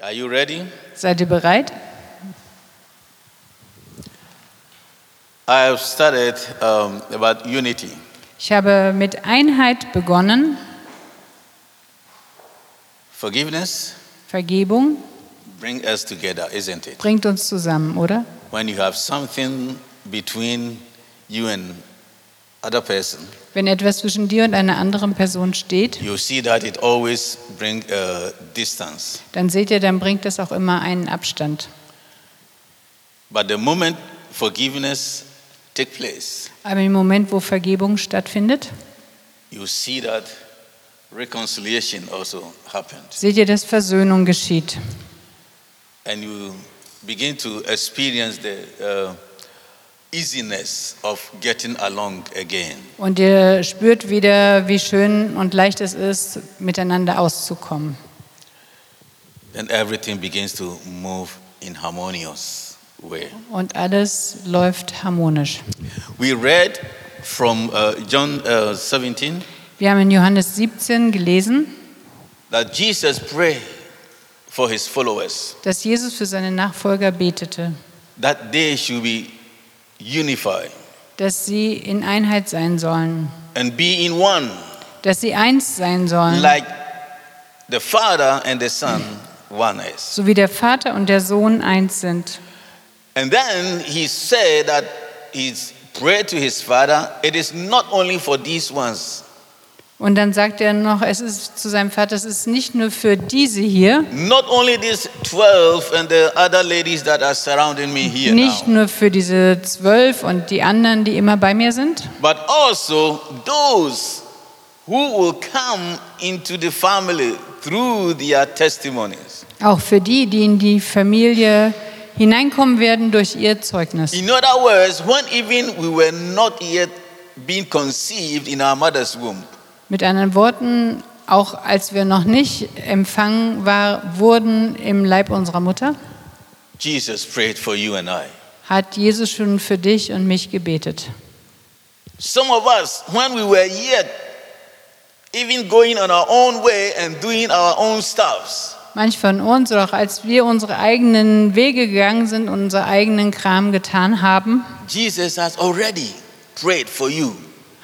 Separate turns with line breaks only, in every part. Are you ready?
Seid ihr bereit?
I have started um, about unity.
Ich habe mit Einheit begonnen,
Forgiveness
Vergebung
brings us together, isn't it?
bringt uns zusammen, oder?
When you have something between you and other person,
Wenn etwas zwischen dir und einer anderen Person steht,
you see that it always brings uh, distance.
dann seht ihr, dann bringt das auch immer einen Abstand.
But the moment forgiveness take place,
Aber im Moment, wo Vergebung stattfindet,
you see that reconciliation also happened,
seht ihr, dass Versöhnung geschieht.
and you begin to experience the uh, easiness of getting along again.
Und ihr spürt wieder, wie schön und leicht es ist, miteinander auszukommen.
then everything begins to move in harmonious way.
Und alles läuft harmonisch.
We read from uh, John uh, 17
Wir haben in Johannes 17 gelesen,
that Jesus prayed for his followers
dass Jesus für seine Nachfolger betete,
that they should be unified
dass sie in Einheit sein sollen,
and be in one,
dass sie eins sein sollen,
like the Father and the Son one is.
so wie der Vater und der Sohn eins sind.
And then he said that his prayer to his Father, it is not only for these ones,
Und dann sagt er noch, es ist zu seinem Vater, es ist nicht nur für diese hier,
not only these 12 and the other ladies that are surrounding me here now.
nicht nur für diese zwölf und die anderen, die immer bei mir sind,
but also those who will come into the family through their testimonies.
auch für die, die in die Familie hineinkommen werden durch ihr Zeugnis.
In other words, when even we were not yet being conceived in our mother's womb,
Mit anderen Worten, auch als wir noch nicht empfangen war, wurden im Leib unserer Mutter,
Jesus prayed for you and I.
hat Jesus schon für dich und mich gebetet.
Some of us, when we were yet even going on our own way and doing our own stuffs,
Manch von uns, oder auch als wir unsere eigenen Wege gegangen sind und unseren eigenen Kram getan haben,
Jesus has already prayed for you.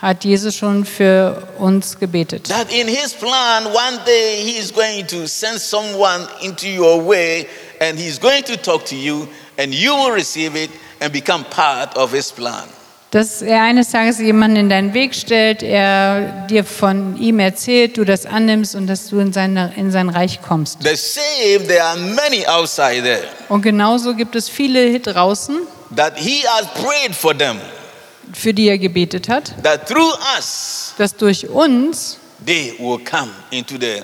hat Jesus schon für uns gebetet.
That in his plan, one day he is going to send someone into your way and he's going to talk to you and you will receive it and become part of his plan.
Dass er eines Tages jemanden in deinen Weg stellt, er dir von ihm erzählt, du das annimmst und dass du in, seine, in sein Reich kommst.
The same, there are many outside there
Und genauso gibt es viele hier draußen,
that he has prayed for them,
für die er gebetet hat,
that through us
dass durch uns,
they will come into the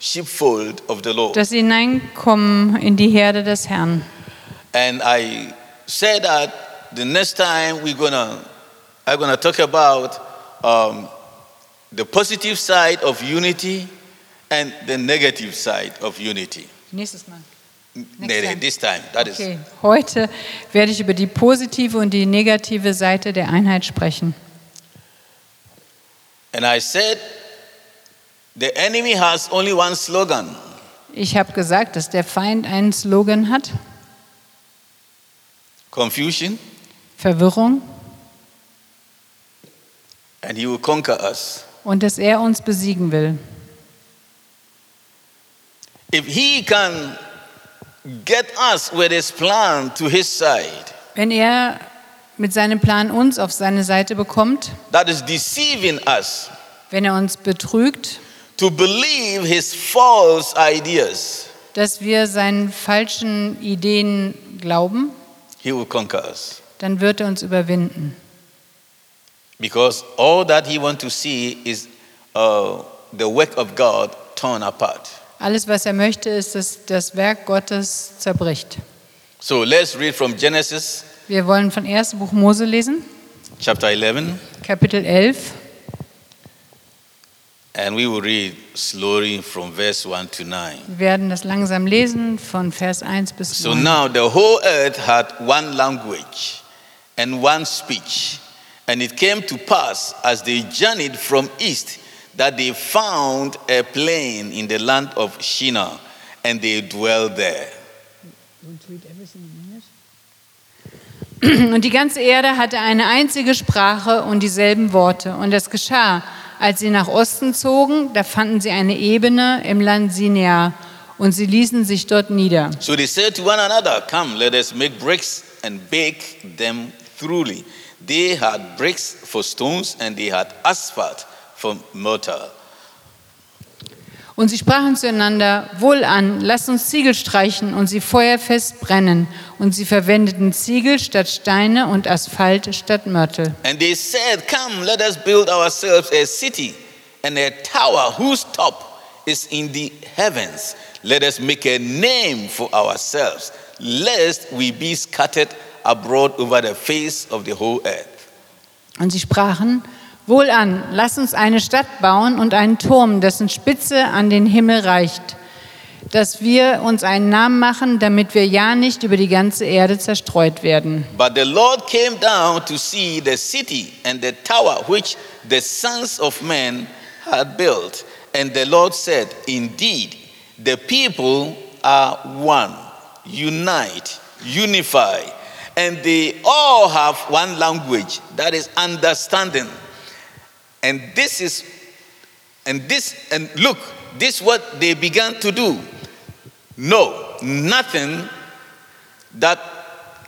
sheepfold of the Lord.
dass sie hineinkommen in die Herde des Herrn.
And I said that the next time we're gonna, I'm gonna talk about um, the positive side of unity and the negative side of unity.
Nächstes Mal.
Nay, nay,
time.
This time, that is.
Okay, heute werde ich über die positive und die negative Seite der Einheit sprechen.
And I said, the enemy has only one slogan.
Ich habe gesagt, dass der Feind einen Slogan hat:
Confusion,
Verwirrung
and he will conquer us.
und dass er uns besiegen will.
If he can get us with his plan to his side,
Wenn er mit seinem Plan uns auf seine Seite bekommt,
that is deceiving us,
wenn er uns betrügt,
to believe his false ideas,
dass wir seinen falschen Ideen glauben,
he will conquer us.
dann wird er uns überwinden.
Because all that he wants to see is uh, the work of God torn apart.
Alles, was er möchte, ist, dass das Werk Gottes zerbricht.
So let's read from Genesis
Wir wollen von 1. Buch Mose lesen,
chapter 11,
Kapitel 11.
and we will read slowly from verse 1 to 9.
Wir werden das langsam lesen, von Vers 1 bis
So
9.
now the whole earth had one language and one speech. And it came to pass as they journeyed from east that they found a plain in the land of Shinar and they dwell there.
Und die ganze Erde hatte eine einzige Sprache und dieselben Worte. Und es geschah, als sie nach Osten zogen, da fanden sie eine Ebene im Land Sinea und sie ließen sich dort nieder.
So they said to one another, Come, let us make bricks and bake them thoroughly. They had bricks for stones and they had asphalt for mortar.
Und sie sprachen zueinander, wohlan, lasst uns Ziegel streichen und sie feuerfest brennen. Und sie verwendeten Ziegel statt Steine und Asphalt statt Mörtel.
And they said, Come, let us build ourselves a city and a tower whose top is in the heavens. Let us make a name for ourselves, lest we be scattered abroad over the face of the whole earth.
Und sie sprachen, wohlan, lasst uns eine Stadt bauen und einen Turm, dessen Spitze an den Himmel reicht, dass wir uns einen Namen machen, damit wir ja nicht über die ganze Erde zerstreut werden.
But the Lord came down to see the city and the tower which the sons of men had built. And the Lord said, Indeed, the people are one, unite, unify, and they all have one language that is understanding. And this is, and this, and look, this what they began to do. No, nothing that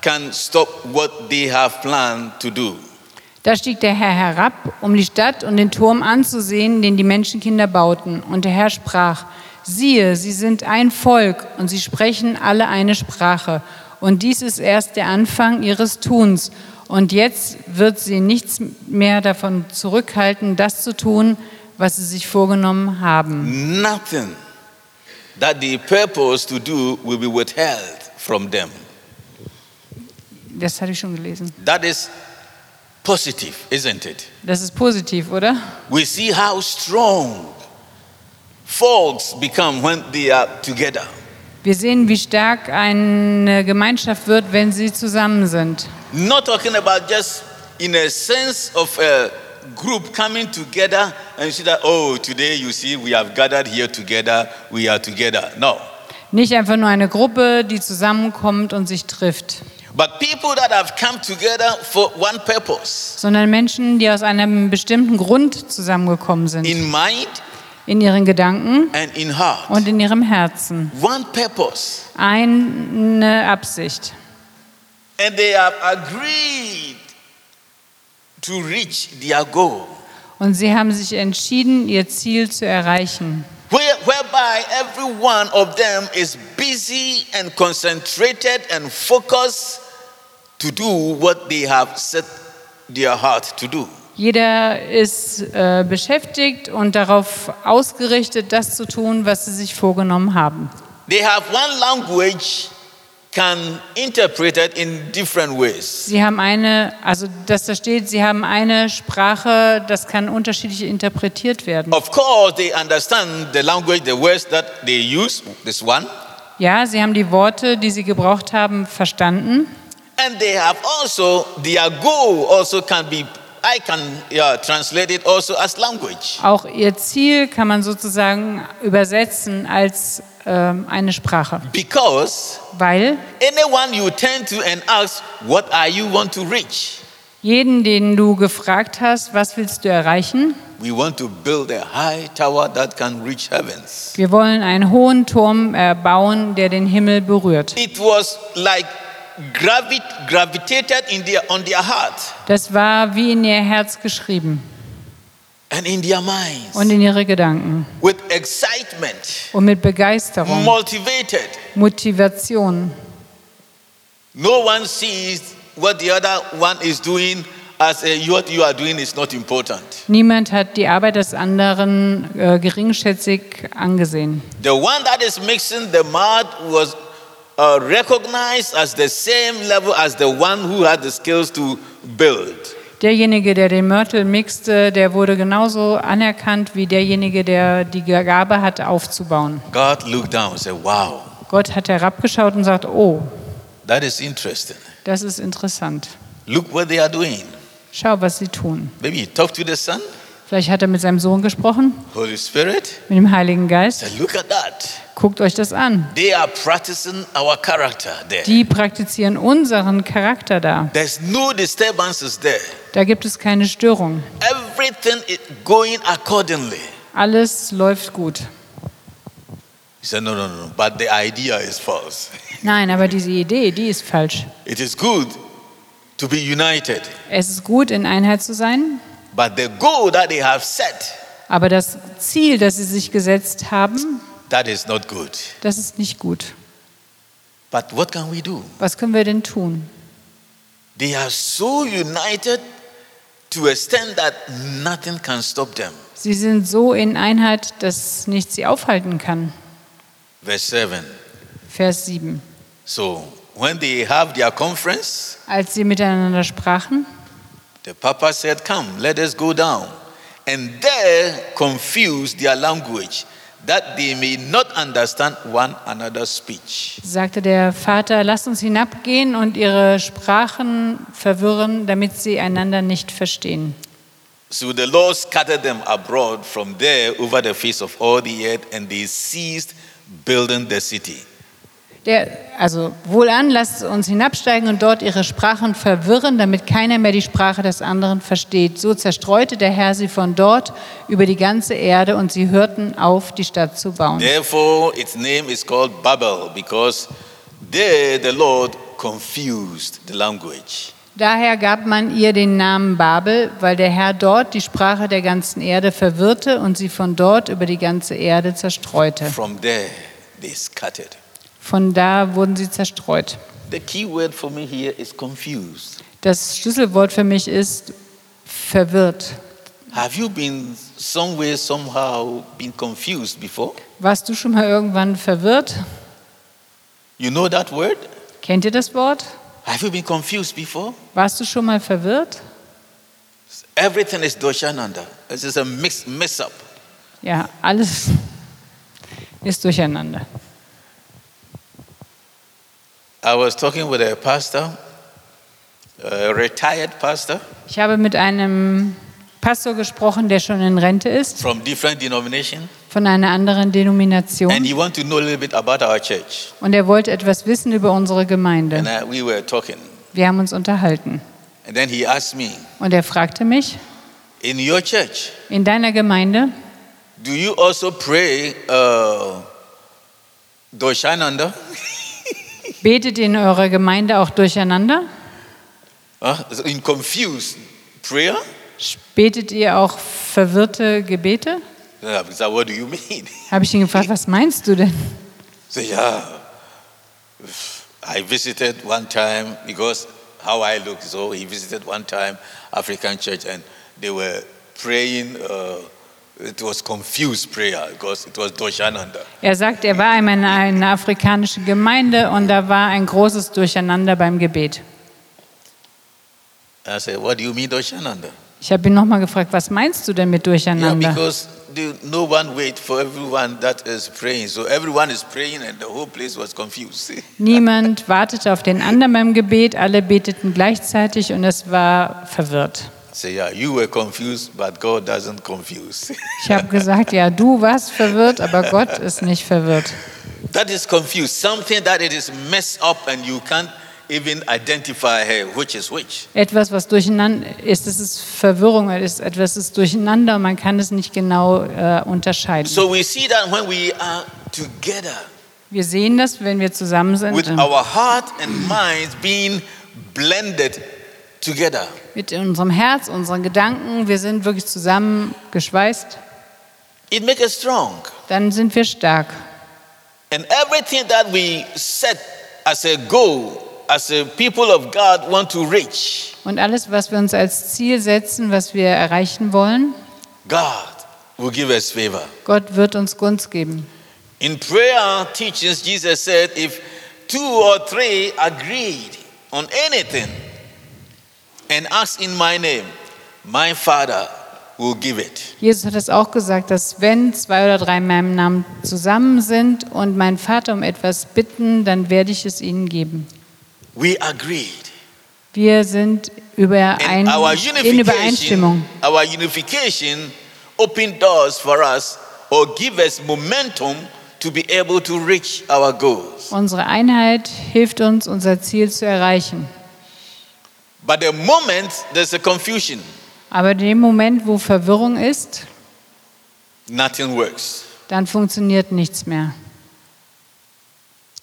can stop what they have planned to do.
Da stieg der Herr herab, um die Stadt und den Turm anzusehen, den die Menschenkinder bauten. Und der Herr sprach, siehe, sie sind ein Volk und sie sprechen alle eine Sprache. Und dies ist erst der Anfang ihres Tuns. Und jetzt wird sie nichts mehr davon zurückhalten, das zu tun, was sie sich vorgenommen haben.
Nothing that they purpose to do will be withheld from them.
Das hatte ich schon gelesen.
That is positive, isn't it?
Das ist positiv, oder?
We see how strong folks become when they are together.
Wir sehen, wie stark eine Gemeinschaft wird, wenn sie zusammen sind.
Not talking about just in a sense of a group coming together and you see that, oh, today you see we have gathered here together, we are together. No.
Nicht einfach nur eine Gruppe, die zusammenkommt und sich trifft,
But people that have come together for one purpose
sondern Menschen, die aus einem bestimmten Grund zusammengekommen sind.
in mind
In ihren Gedanken
and in heart.
und in ihrem Herzen.
One purpose.
Eine Absicht.
And they have agreed to reach their goal.
Und sie haben sich entschieden, ihr Ziel zu erreichen.
Where, whereby every one of them is busy and concentrated and focused to do what they have set their heart to do.
Jeder ist äh, beschäftigt und darauf ausgerichtet, das zu tun, was sie sich vorgenommen haben.
They have one language, can interpret it in different ways.
Sie haben eine, also dass da steht, sie haben eine Sprache, das kann unterschiedlich interpretiert werden.
Of course, they understand the language, the words that they use, this one,
Ja, sie haben die Worte, die sie gebraucht haben, verstanden.
and they have also their goal also can be. I can yeah, translate it also as language.
Auch ihr Ziel kann man sozusagen übersetzen als ähm, eine Sprache,
Because
weil
anyone you turn to and ask, what are you want to reach?
jeden, den du gefragt hast, was willst du erreichen?
We want to build a high tower that can reach heavens.
Wir wollen einen hohen Turm äh, bauen, der den Himmel berührt.
It was like gravit- gravitated in their, on their heart
Das war wie in ihr Herz geschrieben
and in their minds
und in ihre Gedanken
with excitement,
und mit Begeisterung,
motivated.
Motivation.
No one sees what the other one is doing as a, what you are doing is not important.
Niemand hat die Arbeit des anderen äh, geringschätzig angesehen.
The one that is mixing the mud was uh, recognized as the same level as the one who had the skills to build.
Derjenige, der den Mörtel mixte, der wurde genauso anerkannt wie derjenige, der die Gabe hatte, aufzubauen.
God looked down and said, Wow,
Gott hat herabgeschaut und sagt, oh,
that is interesting.
das ist interessant.
Look what they are doing.
Schau, was sie tun.
Maybe you talk to the sun.
Vielleicht hat er mit seinem Sohn gesprochen,
Holy Spirit.
mit dem Heiligen Geist.
Say, look at that.
Guckt euch das an.
They are practicing our character there.
Die praktizieren unseren Charakter da.
There's no disturbances there.
Da gibt es keine Störung.
Everything is going accordingly.
Alles läuft gut.
He said, no, no, no, no, but the idea is false.
Nein, aber diese Idee, die ist falsch.
It is good to be united,
Es ist gut, in Einheit zu sein,
but the goal that they have set,
aber das Ziel, das sie sich gesetzt haben,
that is not good.
das ist nicht gut.
But what can we do?
Was können wir denn tun?
They are so united to extend that nothing can stop them.
Sie sind so in Einheit, dass nichts sie aufhalten kann.
Verse 7.
Vers 7.
So when they have their conference,
Als sie miteinander sprachen,
the Papa said, Come, let us go down. And there confuse their language, that they may not understand one another's speech.
sagte der Vater, lasst uns hinabgehen und ihre Sprachen verwirren, damit sie einander nicht verstehen.
So the Lord scattered them abroad from there over the face of all the earth, and they ceased building the city.
Der, also wohlan, lasst uns hinabsteigen und dort ihre Sprachen verwirren, damit keiner mehr die Sprache des anderen versteht. So zerstreute der Herr sie von dort über die ganze Erde und sie hörten auf, die Stadt zu bauen.
Therefore, its name is called Babel, because there the Lord confused the language.
Daher gab man ihr den Namen Babel, weil der Herr dort die Sprache der ganzen Erde verwirrte und sie von dort über die ganze Erde zerstreute.
From there, they scattered.
Von da wurden sie zerstreut.
The key word for me here is confused.
Das Schlüsselwort für mich ist verwirrt.
Have you been some way, somehow, been confused before?
Warst du schon mal irgendwann verwirrt?
You know that word?
Kennt ihr das Wort?
Have you been confused before?
Warst du schon mal verwirrt?
Everything is Doshananda. This is a mix, mess up.
Ja, alles ist durcheinander.
I was talking with a pastor, a retired pastor
Ich habe mit einem Pastor gesprochen, der schon in Rente ist,
from different denomination,
von einer anderen
and
Denomination.
he wanted to know a little bit about our church.
Und er wollte etwas wissen über unsere
And
Gemeinde.
I, we were talking.
Wir haben uns unterhalten.
And then he asked me,
Und er fragte mich,
In your church,
in deiner Gemeinde
do you also pray uh, Doshananda?
betet ihr in eurer Gemeinde auch durcheinander?
Huh? Uh, in confused prayer?
Betet ihr auch verwirrte Gebete?
Then I said, What do you mean?
Habe ich ihn gefragt, was meinst du denn?
So yeah, I visited one time because how I look. So he visited one time African church and they were praying. Uh, it was confused prayer because it was Doshananda.
Er sagt, er war einmal in einer afrikanischen Gemeinde und da war ein großes Durcheinander beim Gebet.
And I said, what do you mean Doshananda?
Ich habe ihn nochmal gefragt, was meinst du denn mit
Yeah,
Durcheinander?
because the, no one wait for everyone that is praying. So everyone is praying and the whole place was confused.
Niemand wartete auf den anderen beim Gebet, alle beteten gleichzeitig und es war verwirrt.
so yeah, you were confused, but God doesn't confuse.
Ich habe gesagt, ja, du warst verwirrt, aber Gott ist nicht verwirrt.
That is confused. Something that it is messed up and you can't even identify hey, which is which.
Etwas, was durcheinander ist, es ist Verwirrung, es ist etwas ist durcheinander und man kann es nicht genau äh, unterscheiden.
So we see that when we are together
Wir sehen das, wenn wir zusammen
with
sind, äh,
our heart and minds being blended together.
mit unserem Herz, unseren Gedanken, wir sind wirklich zusammen geschweißt,
It makes us strong.
dann sind wir stark.
And everything that we set as a goal, as a people of God want to reach,
Und alles, was wir uns als Ziel setzen, was wir erreichen wollen,
God will give us favor.
Gott wird uns Gunst geben.
In prayer teachings, Jesus said, if two or three agreed on anything and asked in my name, my Father will give it.
Jesus hat es auch gesagt, dass wenn zwei oder drei in meinem Namen zusammen sind und mein Vater um etwas bitten, dann werde ich es ihnen geben.
We agreed.
Wir sind über
And
ein,
our
in
unification,
Übereinstimmung.
our unification opened doors for us or give us momentum to be able to reach our goals.
Unsere Einheit hilft uns, unser Ziel zu erreichen.
But the moment there's a confusion,
Aber in dem Moment, wo Verwirrung ist,
nothing works.
dann funktioniert nichts mehr.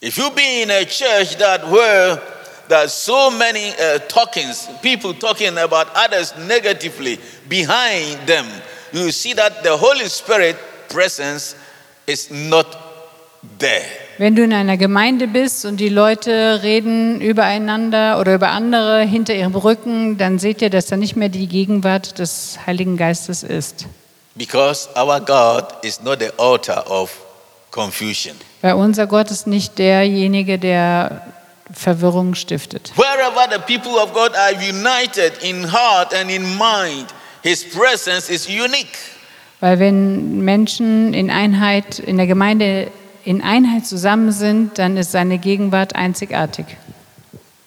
If you be in a church that where there's so many uh, talkings, people talking about others negatively behind them, you see that the Holy Spirit presence is not there.
Wenn du in einer Gemeinde bist und die Leute reden übereinander oder über andere hinter ihrem Rücken, dann seht ihr, dass da nicht mehr die Gegenwart des Heiligen Geistes ist.
Because our God is not the author of confusion.
Weil unser Gott ist nicht derjenige, der Verwirrung stiftet.
Wherever the people of God are united in heart and in mind, His presence is unique.
Weil wenn Menschen in Einheit, in der Gemeinde in Einheit zusammen sind, dann ist seine Gegenwart einzigartig.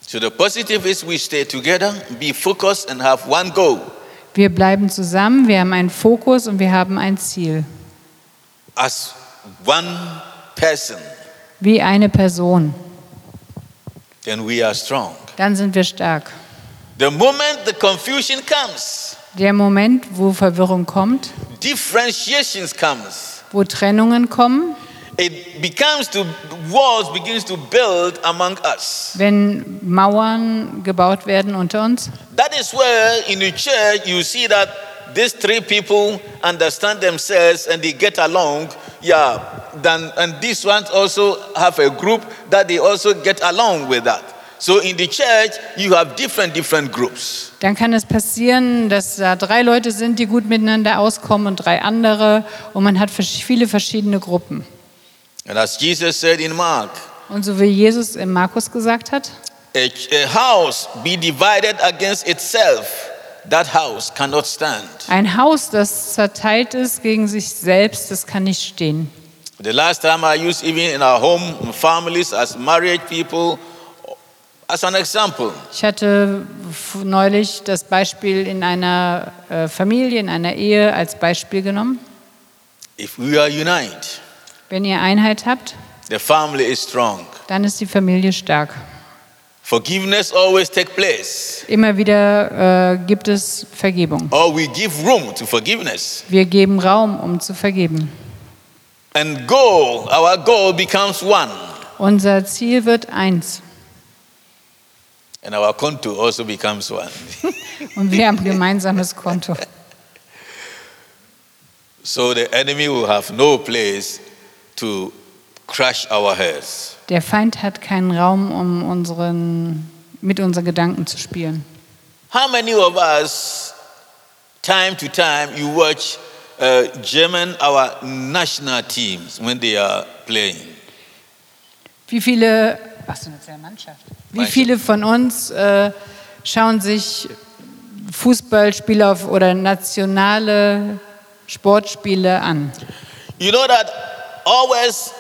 So the positive is we stay together, be focused, and have one goal.
Wir bleiben zusammen, wir haben einen Fokus und wir haben ein Ziel.
As one person,
Wie eine Person.
then we are strong.
Dann sind wir stark.
The moment the confusion comes,
Der Moment, wo Verwirrung kommt,
differentiations comes.
wo Trennungen kommen,
It becomes to walls begins to build among us.
wenn Mauern gebaut werden unter uns,
That is where in the church you see that these three people understand themselves and they get along. Yeah, then, and these ones also have a group that they also get along with that. So in the church you have different different groups.
dann kann es passieren, dass da drei Leute sind, die gut miteinander auskommen und drei andere und man hat versch- viele verschiedene Gruppen.
And as Jesus said in Mark,
Und so wie Jesus im Markus gesagt hat,
a, a house be divided against itself, that house cannot stand.
ein Haus, das zerteilt ist gegen sich selbst, das kann nicht stehen.
The last time I used even in our home families as married people as an example.
Ich hatte f- neulich das Beispiel in einer äh, Familie, in einer Ehe als Beispiel genommen.
If we are united,
Wenn ihr Einheit habt,
The family is strong.
dann ist die Familie stark.
Forgiveness always take place.
Immer wieder äh, gibt es Vergebung.
Or we give room to forgiveness.
Wir geben Raum, um zu vergeben.
And goal, our goal becomes one.
Unser Ziel wird eins
And our contour also becomes one.
und wir haben gemeinsames Konto.
So the enemy will have no place to crush our heads.
Der Feind hat keinen Raum, um unseren, mit unseren Gedanken zu spielen.
How many of us, time to time, you watch uh, German, our national teams, when they are playing?
Wie viele, was ist denn jetzt der Mannschaft? Wie viele von uns äh, schauen sich Fußballspiele auf, oder nationale Sportspiele an?
You know that always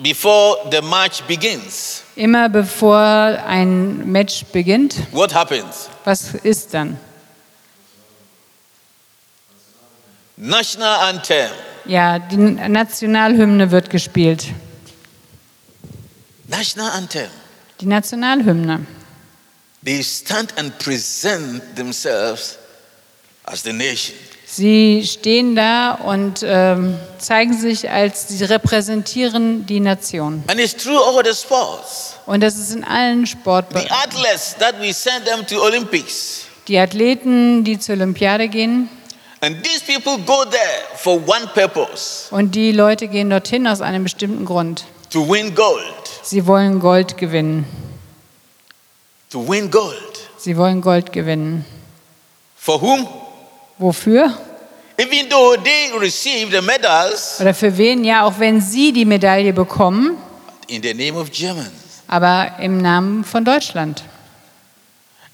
before the match begins,
Immer bevor ein Match beginnt,
what happens?
was ist dann?
National anthem.
Ja, die Nationalhymne wird gespielt.
National anthem.
Die Nationalhymne.
They stand and present themselves as the nation.
Sie stehen da und ähm, zeigen sich als, sie repräsentieren die Nation.
And it's through all the sports.
Und das ist in allen
The
Sportbereichen.
athletes that we send them to Olympics.
Die Athleten, die zur Olympiade gehen
And these people go there for one purpose
und die Leute gehen dorthin aus einem bestimmten Grund.
to win gold.
Sie wollen Gold gewinnen.
To win gold.
Sie wollen Gold gewinnen.
For whom?
Wofür?
Even though they receive the medals
Oder für wen? Ja, auch wenn sie die Medaille bekommen,
in the name of Germans.
aber im Namen von Deutschland.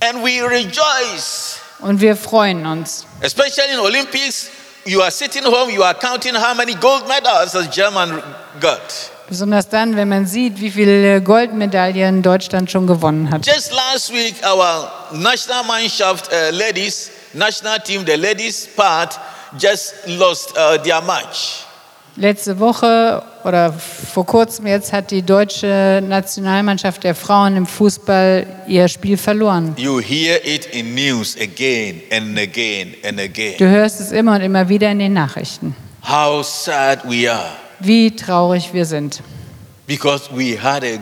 And we rejoice
Und wir freuen uns.
Especially in Olympics, you are sitting home, you are counting how many gold medals has German got.
Besonders dann, wenn man sieht, wie viele Goldmedaillen Deutschland schon gewonnen hat.
Just last week, our national mannschaft uh, ladies, national team, the ladies part, just lost uh, their match.
Letzte Woche oder vor kurzem jetzt hat die deutsche Nationalmannschaft der Frauen im Fußball ihr Spiel verloren.
You hear it in news again and again and again.
Du hörst es immer und immer wieder in den Nachrichten,
How sad we are
wie traurig wir sind,
because we had a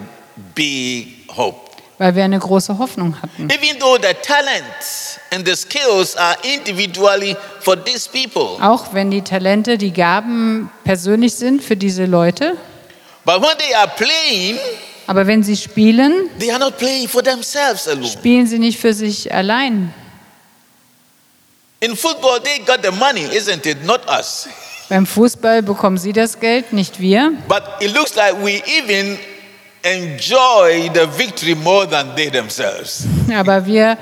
big hope.
weil wir eine große Hoffnung hatten.
Even though the talent and the skills are individually for these people,
Auch wenn die Talente, die Gaben persönlich sind für diese Leute,
but when they are playing,
aber wenn sie spielen,
they are not playing for themselves alone.
spielen sie nicht für sich allein.
In football, they got the money, isn't it? Not us.
Beim Fußball bekommen sie das Geld, nicht wir.
But it looks like we even enjoy the victory more than they themselves.
Aber wir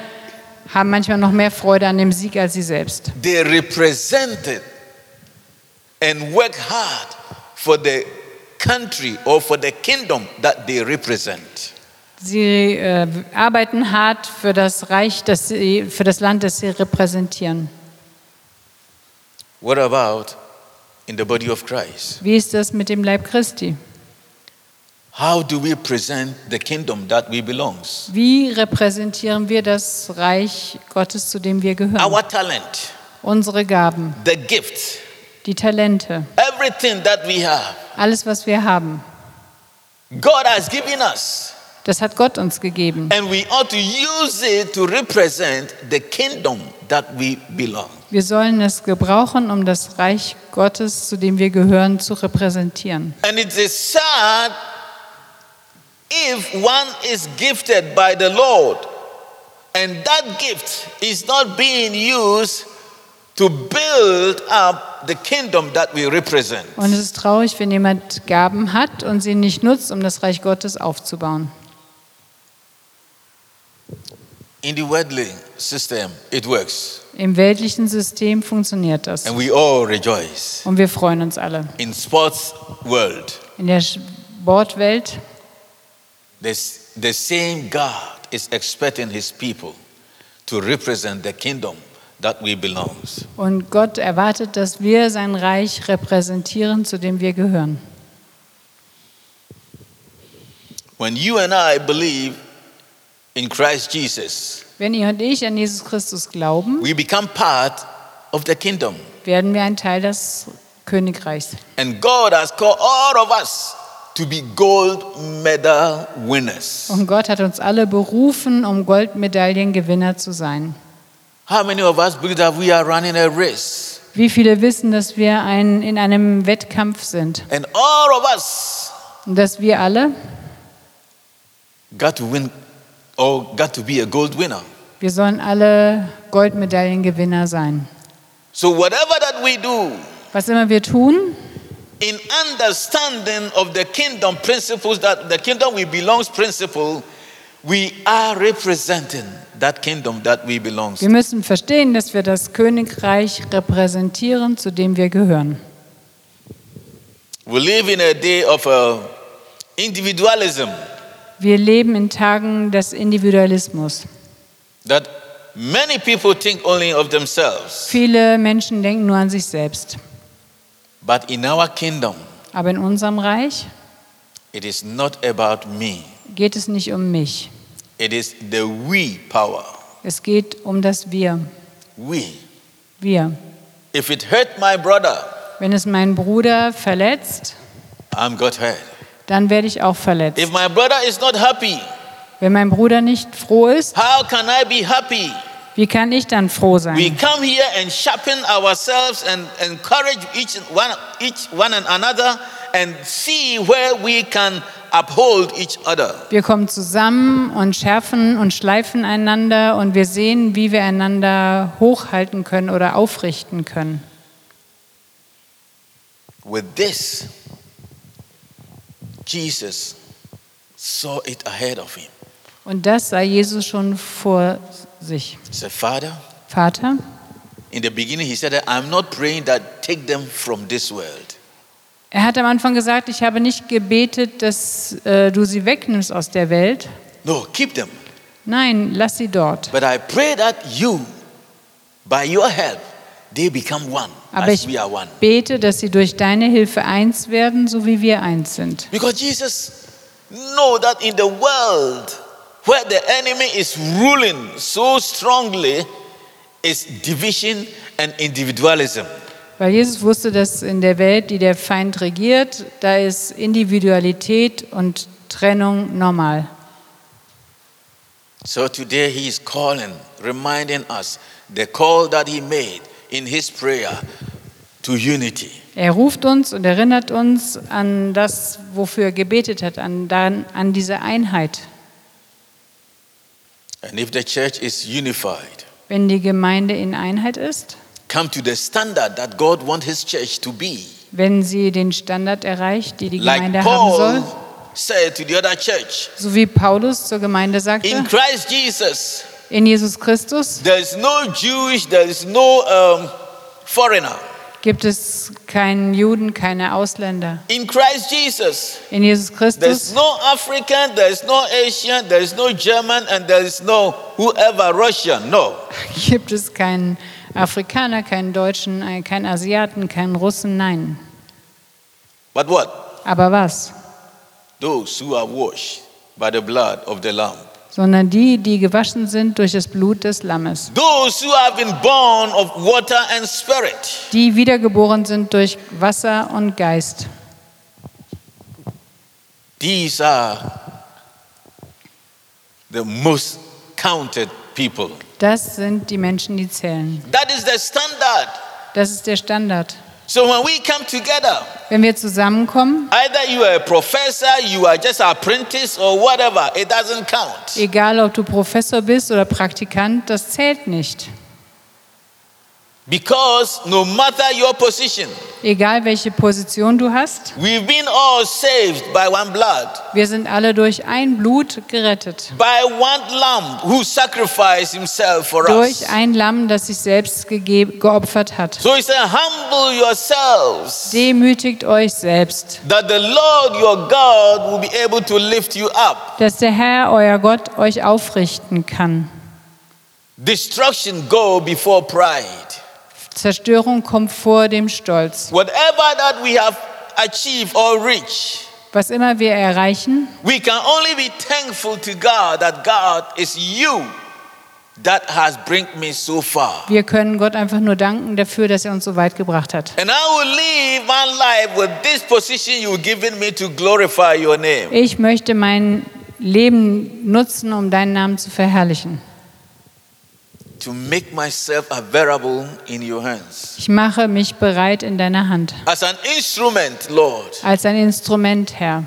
haben manchmal noch mehr Freude an dem Sieg als sie selbst.
They represented and work hard for the country or for the kingdom that they represent.
Sie äh, arbeiten hart für das Reich, das sie, für das Land, das sie repräsentieren.
What about in the body of Christ?
Wie ist das mit dem Leib Christi?
How do we present the kingdom that we belongs?
Wie repräsentieren wir das Reich Gottes, zu dem wir gehören?
Our talent,
Unsere Gaben,
the gift,
die Talente,
everything that we have.
alles, was wir haben.
God has given us
Das hat Gott uns gegeben.
And we ought to use it to represent the kingdom that we belong.
Wir sollen es gebrauchen, um das Reich Gottes, zu dem wir gehören, zu repräsentieren.
And it is sad if one is gifted by the Lord and that gift is not being used to build up the kingdom that we represent.
Und es ist traurig, wenn jemand Gaben hat und sie nicht nutzt, um das Reich Gottes aufzubauen.
In the worldly system, it works.
Im weltlichen System funktioniert das.
And we all rejoice.
Und wir freuen uns alle.
In sports world,
In der Sportwelt
This, the same God is expecting his people to represent the kingdom that we belongs.
und Gott erwartet, dass wir sein Reich repräsentieren, zu dem wir gehören.
When you and I believe in Christ Jesus,
Wenn ihr und ich an Jesus Christus glauben,
we become part of the kingdom.
werden wir ein Teil des Königreichs.
And God has called all of us to be gold medal winners.
Und Gott hat uns alle berufen, um Goldmedaillengewinner zu sein.
How many of us believe that we are running a race?
Wie viele wissen, dass wir ein, in einem Wettkampf sind
And all of us
und dass wir alle,
got to win or got to be a gold winner.
wir sollen alle Goldmedaillengewinner sein.
So whatever that we do,
Was immer wir tun,
in understanding of the kingdom principles that the kingdom we belongs principle we are representing that kingdom that we belongs
Wir müssen verstehen, dass wir das Königreich repräsentieren, zu dem wir gehören.
we live in a day of uh, individualism
Wir leben in Tagen des Individualismus.
that many people think only of themselves
Viele Menschen denken nur an sich selbst.
but in our kingdom
Aber in unserem Reich
it is not about me
geht es nicht um mich.
it is the we power
Es geht um das Wir.
we
Wir.
if it hurt my brother
Wenn es meinen Bruder verletzt,
i'm got hurt
dann werde ich auch verletzt.
if my brother is not happy
Wenn mein Bruder nicht froh ist,
how can i be happy
wie kann ich dann froh
We
sein?
come here and sharpen ourselves and encourage each one, each one and another and see where we can uphold each other.
Wir kommen zusammen und schärfen und schleifen einander und wir sehen, wie wir einander hochhalten können oder aufrichten können.
With this, Jesus saw it ahead of him.
Und das sah Jesus schon vor sich.
He said, Father,
Vater,
in the beginning, he said, I'm not praying that take them from this world,
Er hat am Anfang gesagt, ich habe nicht gebetet, dass äh, du sie wegnimmst aus der Welt.
No, keep them.
Nein, lass sie dort.
But I pray that you, by your help, they become one
Aber
as
ich
we are one.
bete, dass sie durch deine Hilfe eins werden, so wie wir eins sind.
Because Jesus know that in the world where the enemy is ruling so strongly is division and individualism.
Weil Jesus wusste, dass in der Welt, die der Feind regiert, da ist Individualität und Trennung normal.
So today he is calling, reminding us the call that he made in his prayer to unity.
Er ruft uns und erinnert uns an das, wofür er gebetet hat, an, daran- an diese Einheit.
And if the church is unified,
Wenn die Gemeinde in Einheit ist,
come to the standard that God wants his church to be.
wenn sie den Standard erreicht, die die
Like
Gemeinde haben soll,
Paul said to the other church,
so wie Paulus zur Gemeinde sagte,
in Christ Jesus,
in Jesus Christus
There is no Jewish, there is no um, foreigner.
gibt es keinen Juden, keine Ausländer.
In Christ Jesus,
In Jesus Christus
there's no African, there's no Asian, there's no German, and there's no whoever Russian. No.
gibt es keinen Afrikaner, keinen Deutschen, äh, keinen Asiaten, keinen Russen, nein.
But what?
Aber was?
Those who are washed by the blood of the Lamb.
Sondern die, die gewaschen sind durch das Blut des Lammes,
Those who have been born of water and spirit.
die wiedergeboren sind durch Wasser und Geist.
These are the most counted people.
Das sind die Menschen, die zählen.
That is the standard.
Das ist der Standard.
So when we come together,
Wenn wir zusammenkommen,
Either you are a professor, you are just an apprentice, or whatever, it doesn't count.
egal ob du Professor bist oder Praktikant, das zählt nicht.
Because no matter your position,
Egal welche Position du hast,
we've been all saved by one blood,
wir sind alle durch ein Blut gerettet.
by one lamb who sacrificed himself for us.
Durch ein Lamm, das sich selbst gegeb- geopfert hat.
So he said, Humble yourselves,
Demütigt euch selbst,
that the Lord your God will be able to lift you up.
dass der Herr, euer Gott, euch aufrichten kann.
Destruction go before pride.
Zerstörung kommt vor dem Stolz.
Whatever that we have achieved or reached,
Was immer wir erreichen,
We can only be thankful to God that God is you that has bring me so far.
wir können Gott einfach nur danken dafür, dass er uns so weit gebracht hat.
And I will live my life with this position you've given me to glorify your name.
Ich möchte mein Leben nutzen, um deinen Namen zu verherrlichen.
To make myself available in your hands.
Ich mache mich bereit in deiner Hand.
As an instrument, Lord.
Als ein Instrument, Herr.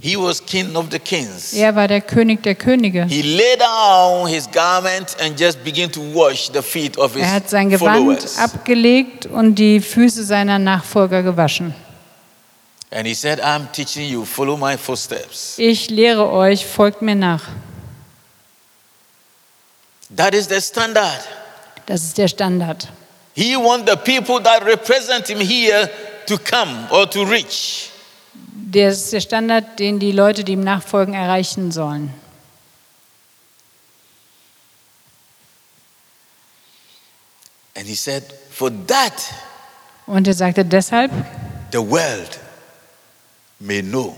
He was king of the kings.
Er war der König der Könige.
He laid down his garment and just began to wash the feet of his
Er hat sein
followers.
Gewand abgelegt und die Füße seiner Nachfolger gewaschen.
And he said, I'm teaching you, follow my footsteps.
Ich lehre euch, folgt mir nach.
That is the standard.
Das ist der Standard.
He wants the people that represent him here to come or to reach.
Das ist der Standard, den die Leute, die ihm nachfolgen, erreichen sollen.
And he said, For that
Und er sagte deshalb,
the world may know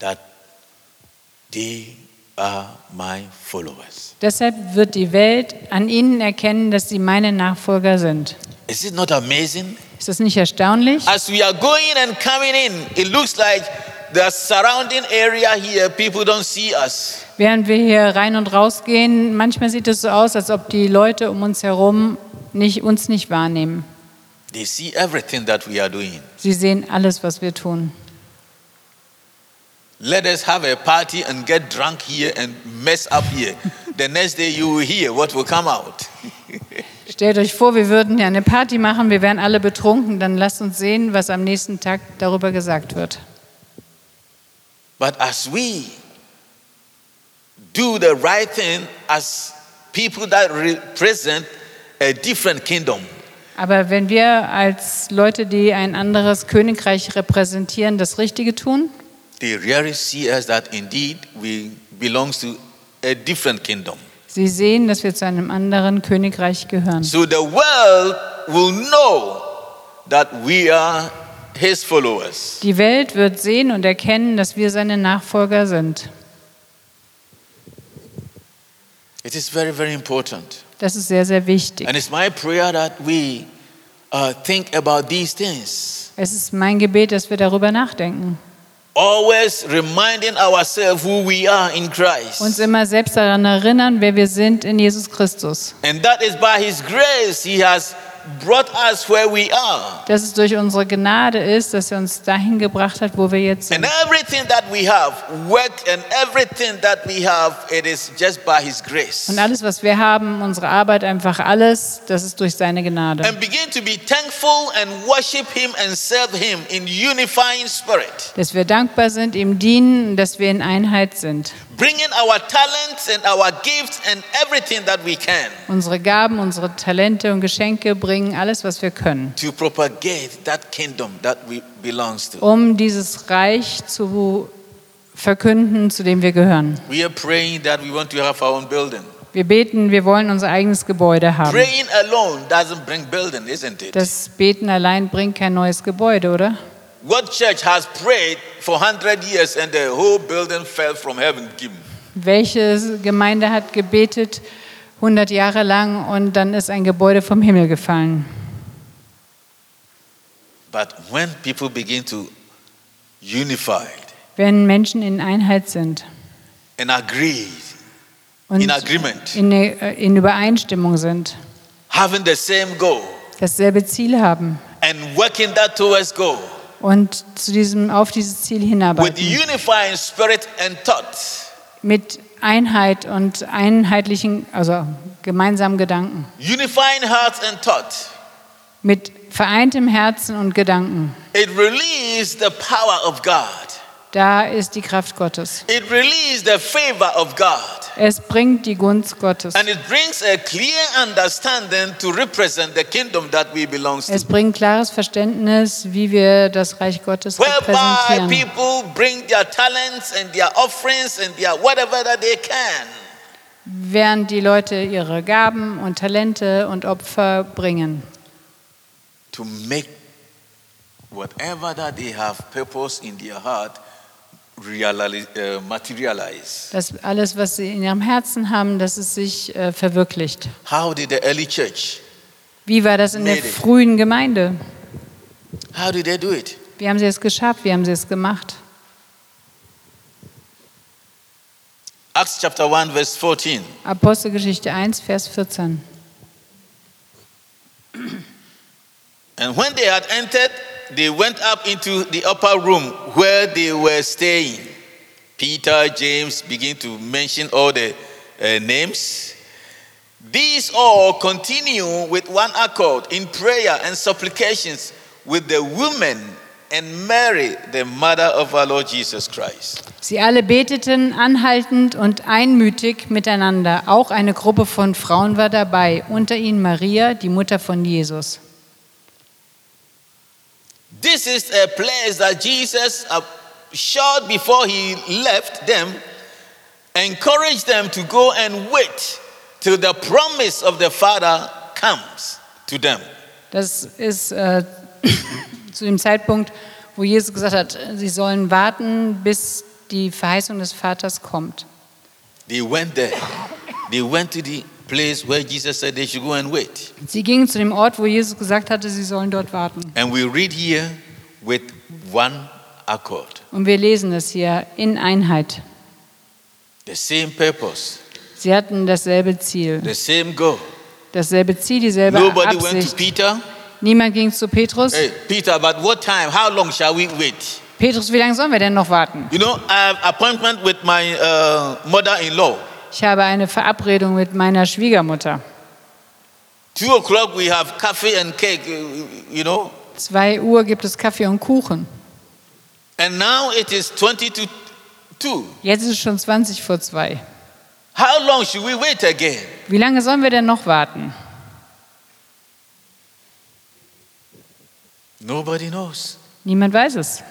that they are my followers.
deshalb wird die Welt an ihnen erkennen, dass sie meine Nachfolger sind.
Is it not amazing?
Ist das nicht erstaunlich?
As we are going and coming in, it looks like the surrounding area here, people don't see us.
Während wir hier rein und raus gehen, manchmal sieht es so aus, als ob die Leute um uns herum nicht, uns nicht wahrnehmen.
They see everything that we are doing.
Sie sehen alles, was wir tun.
Let us have a party and get drunk here and mess up here. the next day you will hear what will come out.
Stellt euch vor, wir würden hier eine Party machen, wir wären alle betrunken, dann lasst uns sehen, was am nächsten Tag darüber gesagt wird.
But as we do the right thing as people that represent a different kingdom,
Aber wenn wir als Leute, die ein anderes Königreich repräsentieren, das Richtige tun,
they rarely see us that indeed we belong to a different kingdom.
sie sehen, dass wir zu einem anderen Königreich gehören.
So the world will know that we are his followers.
Die Welt wird sehen und erkennen, dass wir seine Nachfolger sind.
It is very, very important.
Das ist sehr, sehr wichtig.
And it's my prayer that we uh, think about these things,
Es ist mein Gebet, dass wir darüber nachdenken.
always reminding ourselves who we are in Christ.
Uns immer selbst daran erinnern, wer wir sind in Jesus Christus.
And that is by His grace He has brought us where we are.
Dass es durch unsere Gnade ist, dass er uns dahin gebracht hat, wo wir jetzt
And
sind.
everything that we have, work and everything that we have, it is just by His grace.
Und alles, was wir haben, unsere Arbeit, einfach alles, das ist durch seine Gnade.
And begin to be thankful and worship Him and serve Him in unifying spirit,
Dass wir dankbar sind, ihm dienen, und dass wir in Einheit sind.
bringing our talents and our gifts and everything that we can
Unsere Gaben, unsere Talente und Geschenke bringen alles, was wir können,
to propagate that kingdom that we belongs to.
um dieses Reich zu verkünden, zu dem wir gehören.
We are praying that we want to have our own building.
Wir beten, wir wollen unser eigenes Gebäude haben.
Praying alone doesn't bring building, isn't it?
Das Beten allein bringt kein neues Gebäude, oder?
What church has prayed for 100 years and the whole building fell from heaven? Kim?
Welche Gemeinde hat gebetet 100 Jahre lang und dann ist ein Gebäude vom Himmel gefallen?
But when people begin to unify
Wenn Menschen in Einheit sind
and agree,
und
in agreement,
in, äh, in Übereinstimmung sind,
having the same goal
dasselbe Ziel haben
and working that towards goal
und zu diesem, auf dieses Ziel
with
hinarbeiten,
unifying spirit and thought,
mit Einheit und einheitlichen, also gemeinsamen Gedanken,
unifying heart and thought,
mit vereintem Herzen und Gedanken.
it releases the power of God.
Da ist die Kraft Gottes.
It releases the favor of God.
Es bringt die Gunst Gottes.
And it brings a clear understanding to represent the kingdom that we belong to.
Es bringt klares Verständnis, wie wir das Reich Gottes
whereby
repräsentieren.
people bring their talents and their offerings and their whatever that they can
Während die Leute ihre Gaben und Talente und Opfer bringen,
to make whatever that they have purpose in their heart realize, uh, materialize.
dass alles, was sie in ihrem Herzen haben, dass es sich äh, verwirklicht.
How did the early church?
Wie war das in der frühen Gemeinde?
How did they do it?
Wie haben sie es geschafft? Wie haben sie es gemacht?
Acts chapter 1 verse 14.
Apostelgeschichte 1, Vers 14.
And when they had entered, they went up into the upper room where they were staying. Peter, James begin to mention all the uh, names. These all continue with one accord in prayer and supplications with the women and Mary, the mother of our Lord Jesus Christ.
Sie alle beteten anhaltend und einmütig miteinander. Auch eine Gruppe von Frauen war dabei, unter ihnen Maria, die Mutter von Jesus.
This is a place that Jesus, uh, short before he left them, encouraged them to go and wait till the promise of the Father comes to them.
Das ist äh, zu dem Zeitpunkt, wo Jesus gesagt hat, sie sollen warten, bis die Verheißung des Vaters kommt.
They went there. They went to the place where Jesus said they should go and wait.
Sie gingen zu dem Ort, wo Jesus gesagt hatte, sie sollen dort warten.
And we read here with one accord,
Und wir lesen es hier in Einheit.
the same purpose,
Sie hatten dasselbe Ziel,
the same goal.
dasselbe Ziel, dieselbe
Nobody went to
Absicht.
Peter.
Niemand ging zu Petrus.
Hey, Peter, but what time? How long shall we wait?
Petrus, wie lange sollen wir denn noch warten?
You know, I have appointment with my uh, mother-in-law.
Ich habe eine Verabredung mit meiner Schwiegermutter.
Two o'clock we have coffee and cake, uh, you know.
Zwei Uhr gibt es Kaffee und Kuchen.
And now it is twenty to two.
Jetzt ist es schon 20 vor zwei.
How long should we wait again?
Wie lange sollen wir denn noch warten?
Nobody knows.
Niemand weiß es.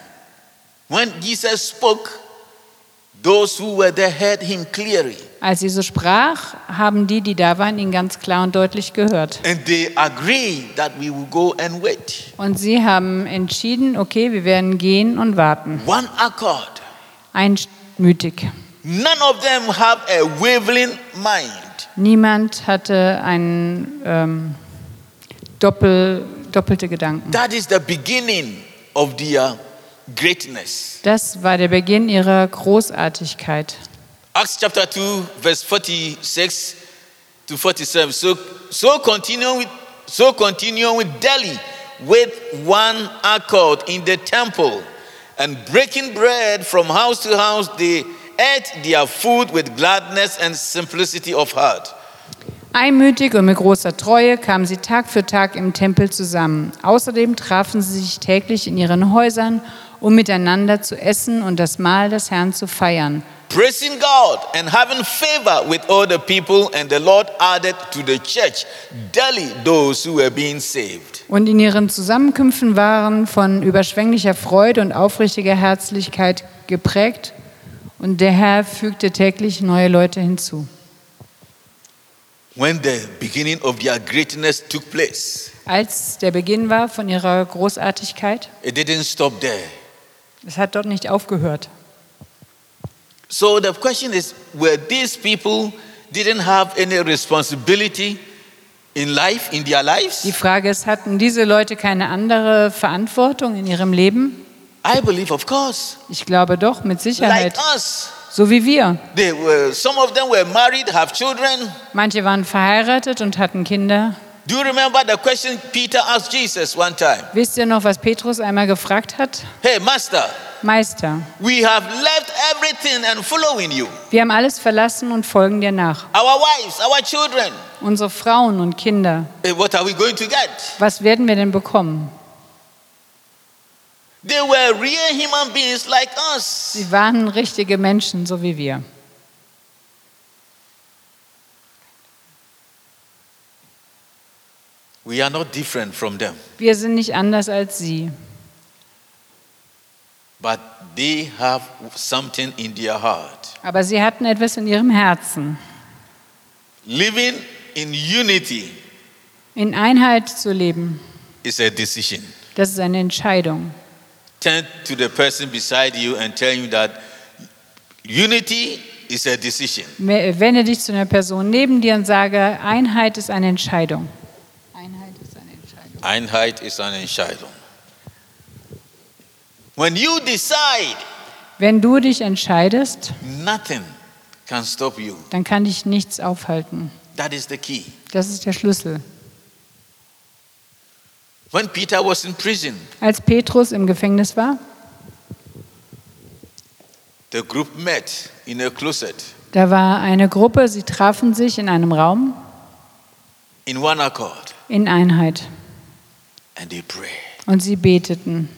When Jesus spoke, those who were there heard him clearly,
Als Jesus sprach, haben die, die da waren, ihn ganz klar und deutlich gehört.
and they agreed that we will go and wait.
Und sie haben entschieden, okay, wir werden gehen und warten.
One accord.
Einmütig.
None of them have a wavering mind.
Niemand hatte einen ähm, doppel, doppelte Gedanken.
That is the beginning of their greatness.
Das war der Beginn ihrer Großartigkeit.
Acts chapter 2, verse 46 to 47. So, so continuing with, so continuing with Delhi with one accord in the temple and breaking bread from house to house, they ate their food with gladness and simplicity of heart.
Einmütig und mit großer Treue kamen sie Tag für Tag im Tempel zusammen. Außerdem trafen sie sich täglich in ihren Häusern, um miteinander zu essen und das Mahl des Herrn zu feiern.
praising God and having favor with all the people, and the Lord added to the church daily those who were being saved.
Und in ihren Zusammenkünften waren von überschwänglicher Freude und aufrichtiger Herzlichkeit geprägt. Und der Herr fügte täglich neue Leute hinzu.
When the beginning of their greatness took place,
Als der Beginn war von ihrer Großartigkeit,
it didn't stop there.
es hat dort nicht aufgehört.
So the question is were these people didn't have any responsibility in life, in their
Die
lives?
Frage ist, hatten diese Leute keine andere Verantwortung in ihrem Leben?
I believe, of course.
Ich glaube doch, mit
Like
Sicherheit.
us.
So wie wir.
They were, some of them were married, have children.
Manche waren verheiratet und hatten Kinder.
Do you remember the question Peter asked Jesus one time?
Wisst ihr noch, was Petrus einmal gefragt hat?
Hey, Master,
Meister,
We have left everything and following you.
wir haben alles verlassen und folgen dir nach.
Our wives, our children.
Unsere Frauen und Kinder,
Eh, What are we going to get?
was werden wir denn bekommen?
They were real human beings like us.
Sie waren richtige Menschen, so wie wir.
We are not different from them,
Wir sind nicht anders als sie.
but they have something in their heart.
Aber sie hatten etwas in ihrem Herzen.
Living in unity
In Einheit zu leben,
is a decision.
das ist eine Entscheidung.
Turn to the person beside you and tell him that unity is a decision.
Wende dich zu einer Person neben dir und sage, Einheit ist eine Entscheidung. Einheit ist eine Entscheidung.
Einheit ist eine Entscheidung. When you decide,
Wenn du dich entscheidest,
nothing can stop you.
dann kann dich nichts aufhalten.
That is the key.
Das ist der Schlüssel.
When Peter was in prison,
Als Petrus im Gefängnis war,
the group met in a closet
da war eine Gruppe, sie trafen sich in einem Raum
in one accord
in Einheit
and they prayed
und sie beteten,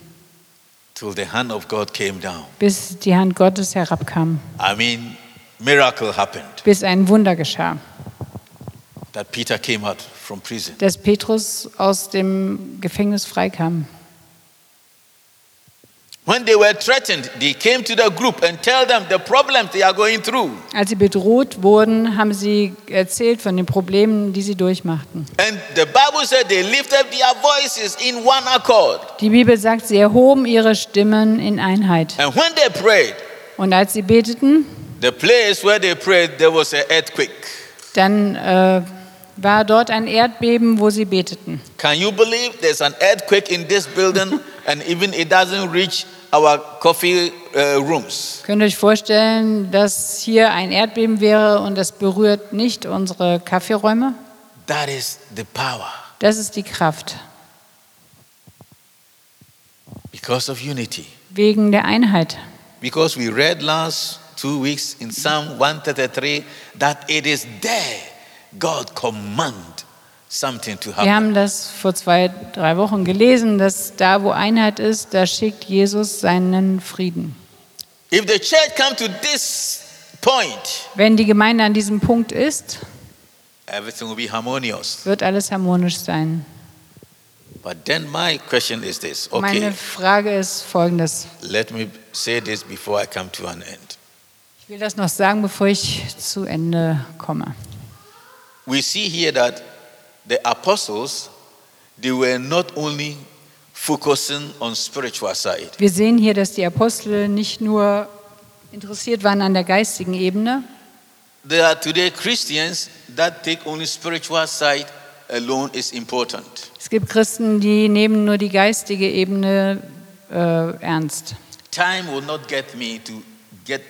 till the hand of God came down.
bis die Hand Gottes herabkam,
I mean, miracle happened
bis ein Wunder geschah,
that Peter came out from prison.
dass Petrus aus dem Gefängnis freikam.
When they were threatened, they came to the group and tell them the problems they are going through.
Als sie bedroht wurden, haben sie erzählt von den Problemen, die sie durchmachten.
And the Bible said they lifted their voices in one accord.
Die Bibel sagt, sie erhoben ihre Stimmen in Einheit.
And when they prayed,
Und als sie beteten,
the place where they prayed, there was an earthquake.
dann äh, war dort ein Erdbeben, wo sie beteten.
Can you believe there's an earthquake in this building and even it doesn't reach our coffee uh, rooms?
Könnt ihr euch vorstellen, dass hier ein Erdbeben wäre und das berührt nicht unsere Kaffeeräume?
That is the power
Das ist die Kraft
because of unity.
wegen der Einheit.
Because we read last two weeks in Psalm 133 that it is there God command something to
Wir
happen.
haben das vor zwei, drei Wochen gelesen, dass da, wo Einheit ist, da schickt Jesus seinen Frieden.
If the church come to this point,
Wenn die Gemeinde an diesem Punkt ist,
everything will be harmonious.
wird alles harmonisch sein.
But then my question is this.
Meine
Okay,
Frage ist folgendes.
let me say this before I come to an end.
Ich will das noch sagen, bevor ich zu Ende komme.
We see here that the apostles they were not only focusing on spiritual side,
Wir sehen hier, dass die Apostel nicht nur interessiert waren an der geistigen Ebene.
There are today Christians that take only spiritual side alone is important.
Es gibt Christen, die nehmen nur die geistige Ebene äh, ernst.
Time will not get me to get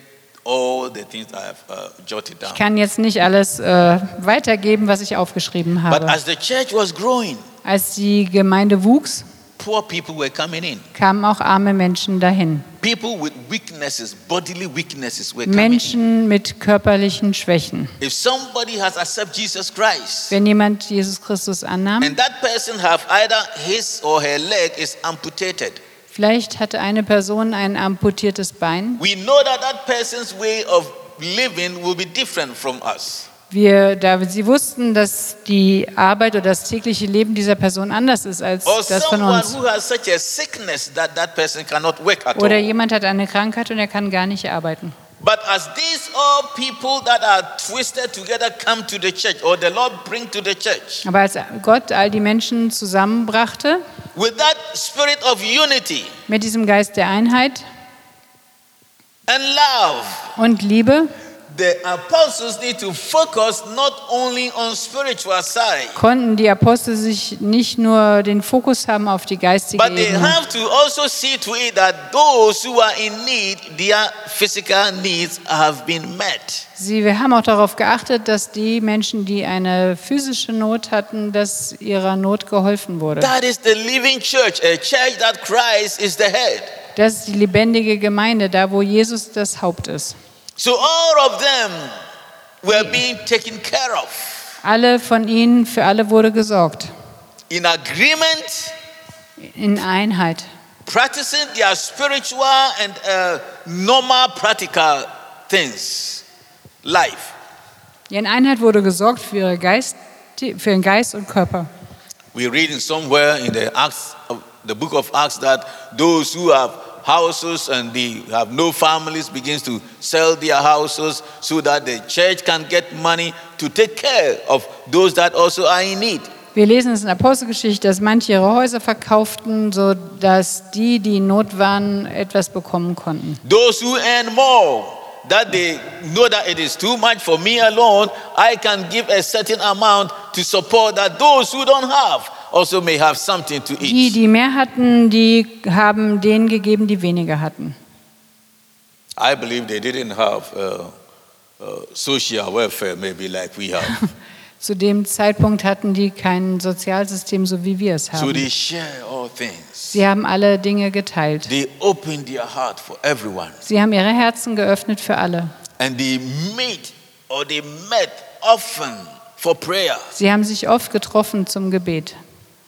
all the things I have uh, jotted down.
Ich kann jetzt nicht alles äh, weitergeben, was ich aufgeschrieben
But
habe.
as the church was growing,
Als die Gemeinde wuchs,
poor people were coming in.
kamen auch arme Menschen dahin.
People with weaknesses, bodily weaknesses were coming in.
Menschen mit körperlichen Schwächen.
If somebody has accepted Jesus Christ,
Wenn jemand Jesus Christus annahm,
and that person have either his or her leg is amputated,
vielleicht hatte eine Person ein amputiertes Bein.
we know that that person's way of living will be different from us.
Wir, da sie wussten, dass die Arbeit oder das tägliche Leben dieser Person anders ist als
Or
das von
Oh, someone
uns.
who has such a sickness that that person cannot work at
Oder
all.
jemand hat eine Krankheit und er kann gar nicht arbeiten.
But as these all people that are twisted together come to the church, or the Lord bring to the church,
Aber als Gott all die Menschen zusammenbrachte,
with that spirit of unity
mit diesem Geist der Einheit
and love,
und Liebe,
the apostles need to focus not only on spiritual side,
konnten die Apostel sich nicht nur den Fokus haben auf die geistige
but they
Ebene,
have to also see to it that those who are in need, their physical needs have been met.
Sie, wir haben auch darauf geachtet, dass die Menschen, die eine physische Not hatten, dass ihrer Not geholfen wurde.
That is the living church, a church that Christ is the head.
Das ist die lebendige Gemeinde, da wo Jesus das Haupt ist.
So all of them were being taken care of
Alle von ihnen, für alle wurde gesorgt.
in agreement,
In Einheit.
practicing their spiritual and uh, normal practical things, life.
Ja, in Einheit wurde gesorgt für, ihre Geist, für ihren Geist und Körper.
We read in somewhere in the Acts, of, the book of Acts, that those who have houses and they have no families begins to sell their houses so that the church can get money to take care of those that also are in need.
Wir lesen es in der Apostelgeschichte, dass manche ihre Häuser verkauften, sodass die, die in Not waren, etwas bekommen konnten.
Those who earn more, that they know that it is too much for me alone, I can give a certain amount to support that those who don't have also may have something to
Die,
eat.
die mehr hatten, die haben denen gegeben, die weniger hatten.
I believe they didn't have uh, uh, social welfare, maybe like we have.
Zu dem Zeitpunkt hatten die kein Sozialsystem, so wie wir es
so
haben.
they share all things.
Sie haben alle Dinge geteilt.
They opened their heart for everyone,
Sie haben ihre Herzen geöffnet für alle.
and they meet or they met often for prayer.
Sie haben sich oft getroffen zum Gebet.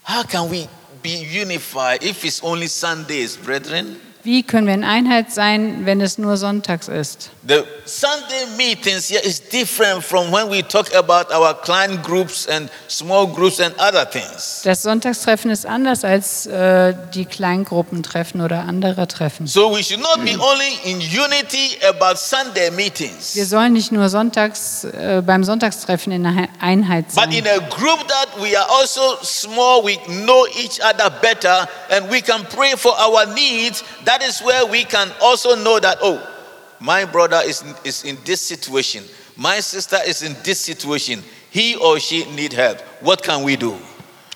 How can we be unified if it's only Sundays, brethren?
Wie können wir in Einheit sein, wenn es nur sonntags ist?
The Sunday meetings here is different from when we talk about our client groups and small groups and other things.
Das Sonntagstreffen ist anders als äh, die Kleingruppentreffen oder andere Treffen.
So we should not be only in unity about Sunday
Wir
meetings,
sollen nicht nur sonntags äh, beim Sonntagstreffen in Einhe- Einheit
but in
sein,
a group that we are also small, we know each other better, and we can pray for our needs. That is where we can also know that, oh, my brother is, is in this situation, my sister is in this situation, he or she need help. What can we do?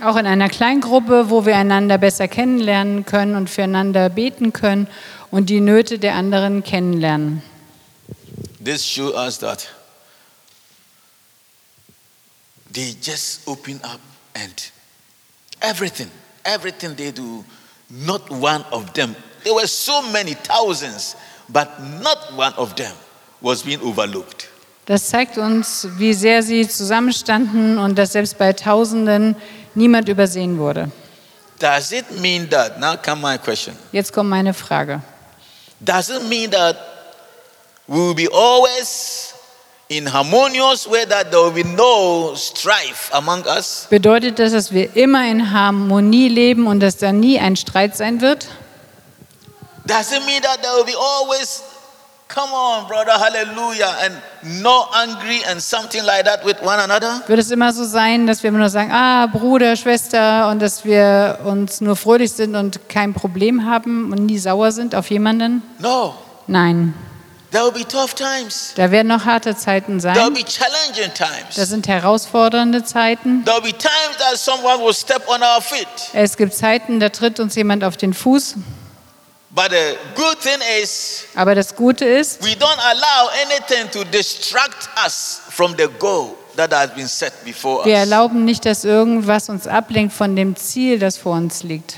auch in einer Kleingruppe, wo wir einander besser kennenlernen können und füreinander beten können und die Nöte der anderen kennenlernen.
This shows us that they just open up and everything, everything they do, not one of them. There were so many thousands, but not one of them was being overlooked.
Das zeigt uns, wie sehr sie zusammenstanden und dass selbst bei Tausenden niemand übersehen wurde.
Does it mean that? Now come my question.
Jetzt kommt meine Frage.
Does it mean that we will be always in harmonious way that there will be no strife among us.
Bedeutet das, dass wir immer in Harmonie leben und dass da nie ein Streit sein wird?
Doesn't mean that there will be always, come on, brother, hallelujah, and no angry and something like that with one another.
Wird es immer so sein, dass wir immer nur sagen, ah, Bruder, Schwester, und dass wir uns nur fröhlich sind und kein Problem haben und nie sauer sind auf jemanden?
No,
Nein,
there will be tough times.
da werden noch harte Zeiten
There
sein.
will be challenging times.
Das sind herausfordernde Zeiten.
There will be times that someone will step on our feet.
Es gibt Zeiten, da tritt uns jemand auf den Fuß.
But the good thing is,
Aber das Gute ist,
we don't allow anything to distract us from the goal that has been set before
wir
us.
erlauben nicht, dass irgendwas uns ablenkt von dem Ziel, das vor uns liegt.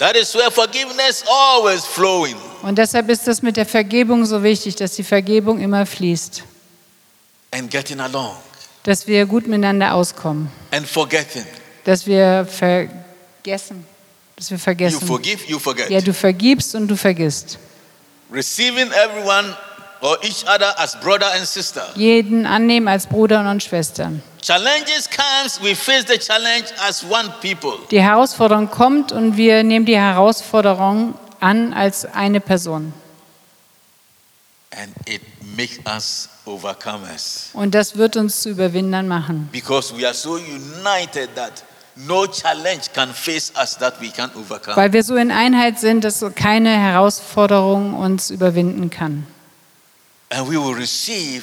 That is where forgiveness always flowing.
Und deshalb ist das mit der Vergebung so wichtig, dass die Vergebung immer fließt,
and getting along
dass wir gut miteinander auskommen,
and forgetting.
dass wir vergessen, dass wir
You
vergessen.
forgive, you forget.
Ja, du vergibst und du vergisst.
Receiving everyone or each other as brother and sister.
Jeden annehmen als Bruder und Schwester.
Challenges comes, we face the challenge as one people.
Die Herausforderung kommt und wir nehmen die Herausforderung an als eine Person.
And it makes us overcomers.
Und das wird uns zu Überwindern machen.
Because we are so united that no challenge can face us that we can overcome.
Weil wir so in Einheit sind, dass keine Herausforderung uns überwinden kann.
And we will receive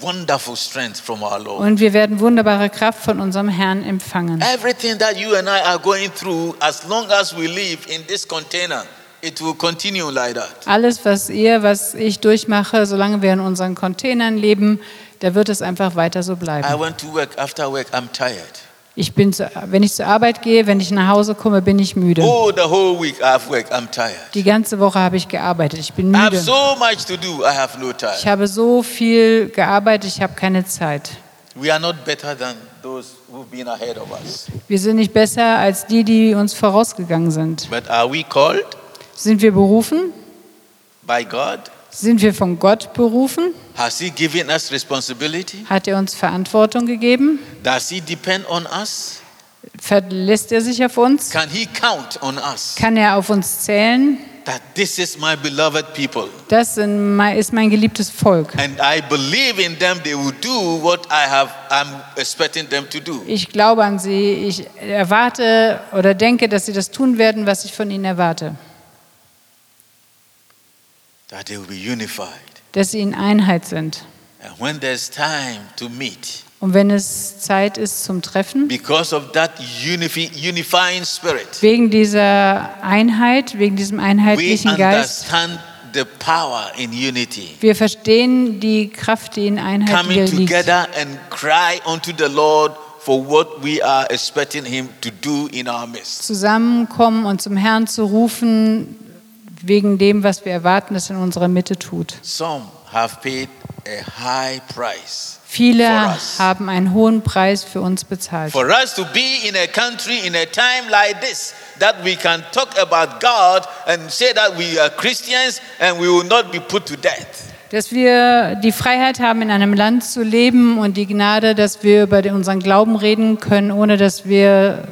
wonderful strength from our Lord.
Und wir werden wunderbare Kraft von unserem Herrn empfangen.
Everything that you and I are going through, as long as we live in this container, it will continue like that.
Alles, was ihr, was ich durchmache, solange wir in unseren Containern leben, da wird es einfach weiter so
I
bleiben.
went to work after work, I'm tired.
Ich bin zu, wenn ich zur Arbeit gehe, wenn ich nach Hause komme, bin ich müde.
Oh, the whole week I have work, I'm tired.
Die ganze Woche habe ich gearbeitet. Ich bin
I have
müde.
so much to do, I have no time.
Ich habe so viel gearbeitet, ich habe keine Zeit.
We are not better than those who've been ahead of us.
Wir sind nicht besser als die, die uns vorausgegangen sind.
But are we called
Sind wir berufen?
by God?
Sind wir von Gott berufen?
Has He given us responsibility?
Hat er uns Verantwortung gegeben?
Does He depend on us?
Verlässt er sich auf uns?
Can He count on us
Kann er auf uns zählen?
that this is my beloved people
Das sind mei- ist mein geliebtes Volk.
and I believe in them, they will do what I have, I'm expecting them to do?
Ich glaube an sie. Ich erwarte oder denke, dass sie das tun werden, was ich von ihnen erwarte.
That they will be unified.
Dass sie in Einheit sind.
And when there's time to meet,
Und wenn es Zeit ist zum Treffen,
Because of that unifi- unifying spirit,
wegen dieser Einheit, wegen diesem
we
einheitlichen Geist,
understand the power in unity.
wir verstehen die Kraft, die in Einheit
Coming
liegt.
together and cry unto the Lord for what we are expecting Him to do in our midst.
Zusammenkommen und zum Herrn zu rufen, wegen dem, was wir erwarten, das in unserer Mitte tut.
Some have paid a high price.
Viele
For us.
haben einen hohen Preis für uns bezahlt.
For us to be in a country in a time like this, that we can talk about God and say that we are Christians and we will not be put to death.
Dass wir die Freiheit haben, in einem Land zu leben und die Gnade, dass wir über den- unseren Glauben reden können, ohne dass wir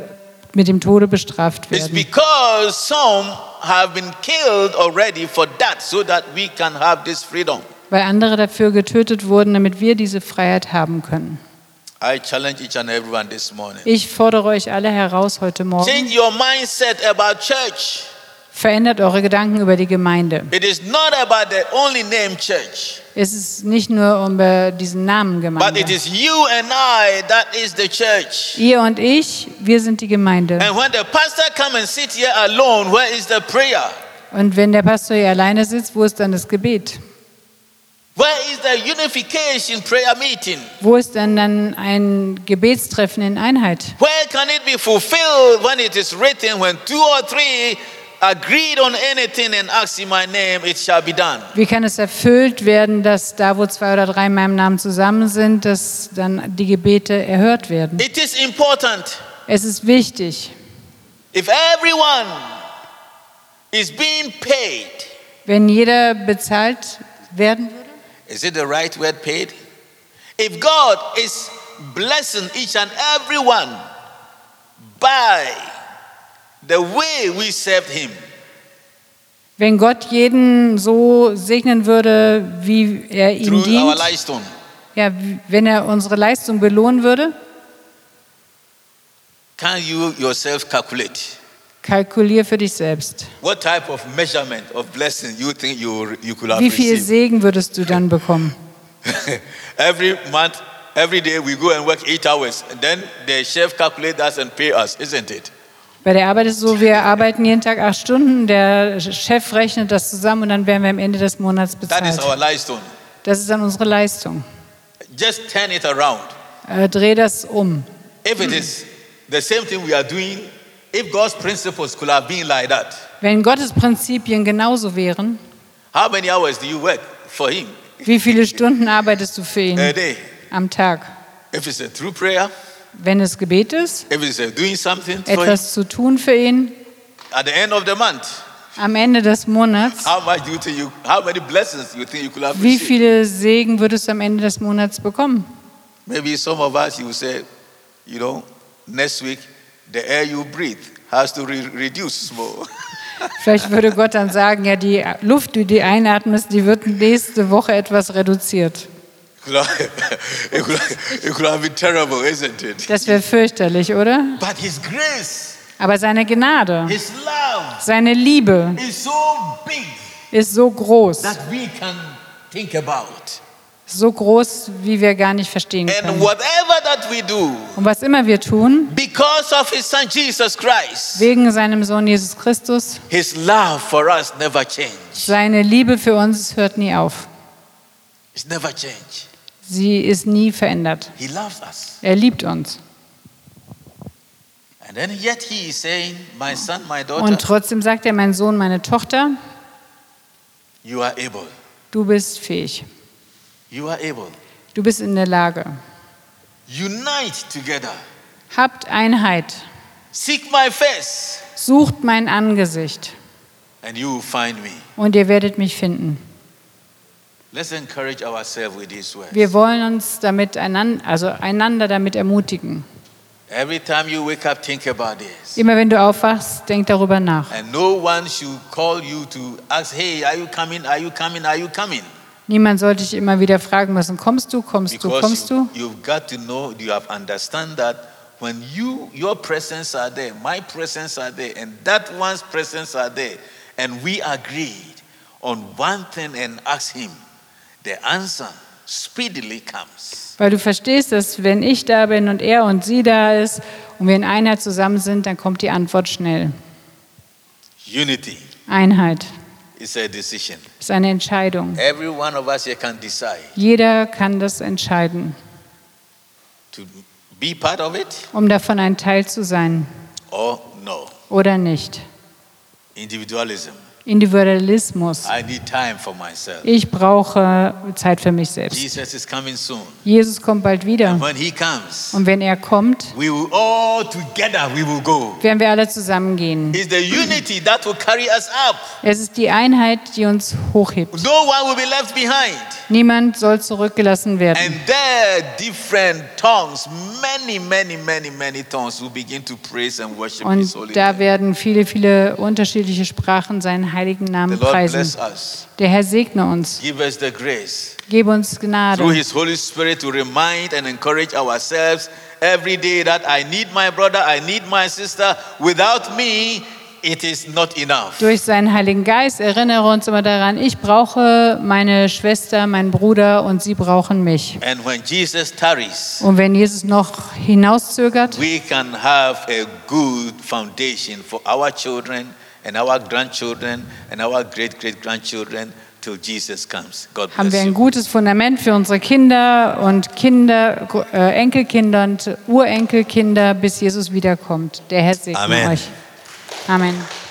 mit dem Tode bestraft
It's
werden.
because some have been killed already for that, so that we can have this freedom.
Weil andere dafür getötet wurden, damit wir diese Freiheit haben können.
I challenge each and everyone this morning.
Ich fordere euch alle heraus heute Morgen.
Change your mindset about church.
Verändert eure Gedanken über die Gemeinde.
It is not about the only name church,
Es ist nicht nur über diesen Namen
but it
Gemeinde.
is you and I that is the church.
Ihr und ich, wir sind die Gemeinde.
And when the pastor come and sit here alone, where is the prayer?
Und wenn der Pastor hier alleine sitzt, wo ist dann das Gebet?
Where is the unification prayer meeting?
Wo ist denn dann ein Gebetstreffen in Einheit?
Where can it be fulfilled when it is written, when two or three agreed on anything and asked in my name, it shall be done?
Wie kann es erfüllt werden, dass da, wo zwei oder drei in meinem Namen zusammen sind, dass dann die Gebete erhört werden?
It is important
Es ist wichtig,
if everyone is being paid.
wenn jeder bezahlt werden würde.
Is it the right word paid? If God is blessing each and every one by the way we served Him,
Wenn Gott jeden so segnen würde, wie er ihm
through our
dient,
lifestone,
ja, w- wenn er unsere Leistung belohnen würde,
can you yourself calculate
kalkulier für dich selbst.
what type of measurement of blessing you think you, you could have
Wie viel
received?
Segen würdest du dann bekommen?
every month, every day we go and work eight hours, and then the chef calculates us and pay us, isn't it?
Bei der Arbeit ist es so, wir arbeiten jeden Tag acht Stunden, der Chef rechnet das zusammen und dann werden wir am Ende des Monats
That is
bezahlt.
our lifestone.
Das ist dann unsere Leistung.
Just turn it around.
Äh, dreh das um.
If it is the same thing we are doing, if God's principles could have been like that,
Wenn Gottes Prinzipien genauso wären,
how many hours do you work for Him
wie viele Stunden arbeitest du für
a
ihn
day?
am Tag?
If it's a true prayer,
Wenn es Gebet ist,
if it's a doing something for Him,
etwas zu tun für ihn,
at the end of the month,
am Ende des Monats,
how much do you think you, how many blessings you think you could have
wie
received?
viele Segen würdest du am Ende des Monats bekommen?
Maybe some of us, you say, you know, next week, the air you breathe has to re- reduce more.
Vielleicht würde Gott dann sagen, ja, die Luft, die du einatmest, die wird nächste Woche etwas reduziert.
it, could have, it, could have, it could have been terrible, isn't it?
Das wäre fürchterlich, oder?
But His grace,
Aber seine Gnade,
His love
seine Liebe
is so big.
ist so groß,
that we can think about.
so groß, wie wir gar nicht verstehen
And
können.
whatever that we do,
Und was immer wir tun,
because of His Son Jesus Christ,
wegen seinem Sohn Jesus Christus,
His love for us never changes.
seine Liebe für uns hört nie auf.
It's never changed.
Sie ist nie verändert.
He loves us.
Er liebt uns.
And then yet He is saying, My son, my
Und
daughter,
trotzdem sagt er, mein Sohn, meine Tochter,
you are able.
du bist fähig.
You are able.
Du bist in der Lage.
Unite together.
Habt Einheit.
Seek my face,
Sucht mein Angesicht
and you will find me.
und ihr werdet mich finden.
Let's encourage ourselves with these words.
Wir wollen uns damit einander, also einander damit ermutigen.
Every time you wake up, think about this.
Immer wenn du aufwachst, denk darüber nach.
And no one should call you to ask, Hey, are you coming? Are you coming? Are you coming?
Niemand sollte dich immer wieder fragen müssen, kommst du, kommst du,
Because
kommst
you,
du?
you've got to know, you have understand that when you your presence are there, my presence are there, and that one's presence are there, and we agreed on one thing and ask him, the answer speedily comes.
Weil du verstehst, dass wenn ich da bin und er und sie da ist und wir in Einheit zusammen sind, dann kommt die Antwort schnell.
Unity
Einheit
is a decision.
ist eine Entscheidung.
Every one of us here can decide
Jeder kann das entscheiden,
to be part of it
um davon ein Teil zu sein
or no.
oder nicht.
Individualism.
Individualismus.
I need time for myself.
Ich brauche Zeit für mich selbst.
Jesus is coming soon.
Jesus kommt bald wieder.
When he comes,
Und wenn er kommt,
we will all together we will go.
werden wir alle zusammengehen.
It's the unity that will carry us up.
Es ist die Einheit, die uns hochhebt.
No one will be left behind.
Niemand soll zurückgelassen werden.
And there, different tongues, many, many, many, many tongues, will begin to praise and worship His
Und
holy
da
name.
werden viele, viele unterschiedliche Sprachen seinen heiligen
The
Namen
Lord
preisen.
bless us.
Der Herr segne uns,
Give us the grace
gebe uns
through
Gnade,
His Holy Spirit to remind and encourage ourselves every day that I need my brother, I need my sister. Without me, it is not enough.
durch seinen Heiligen Geist. Erinnere uns immer daran, ich brauche meine Schwester, meinen Bruder und sie brauchen mich.
And when Jesus tarries,
Und wenn Jesus noch hinauszögert,
we can have a good foundation for our children and our grandchildren and our great great grandchildren till Jesus comes. God
haben wir
bless
ein
you.
gutes Fundament für unsere Kinder und Kinder, äh, Enkelkinder und Urenkelkinder, bis Jesus wiederkommt. Der Herr segne
Amen.
euch. Amen.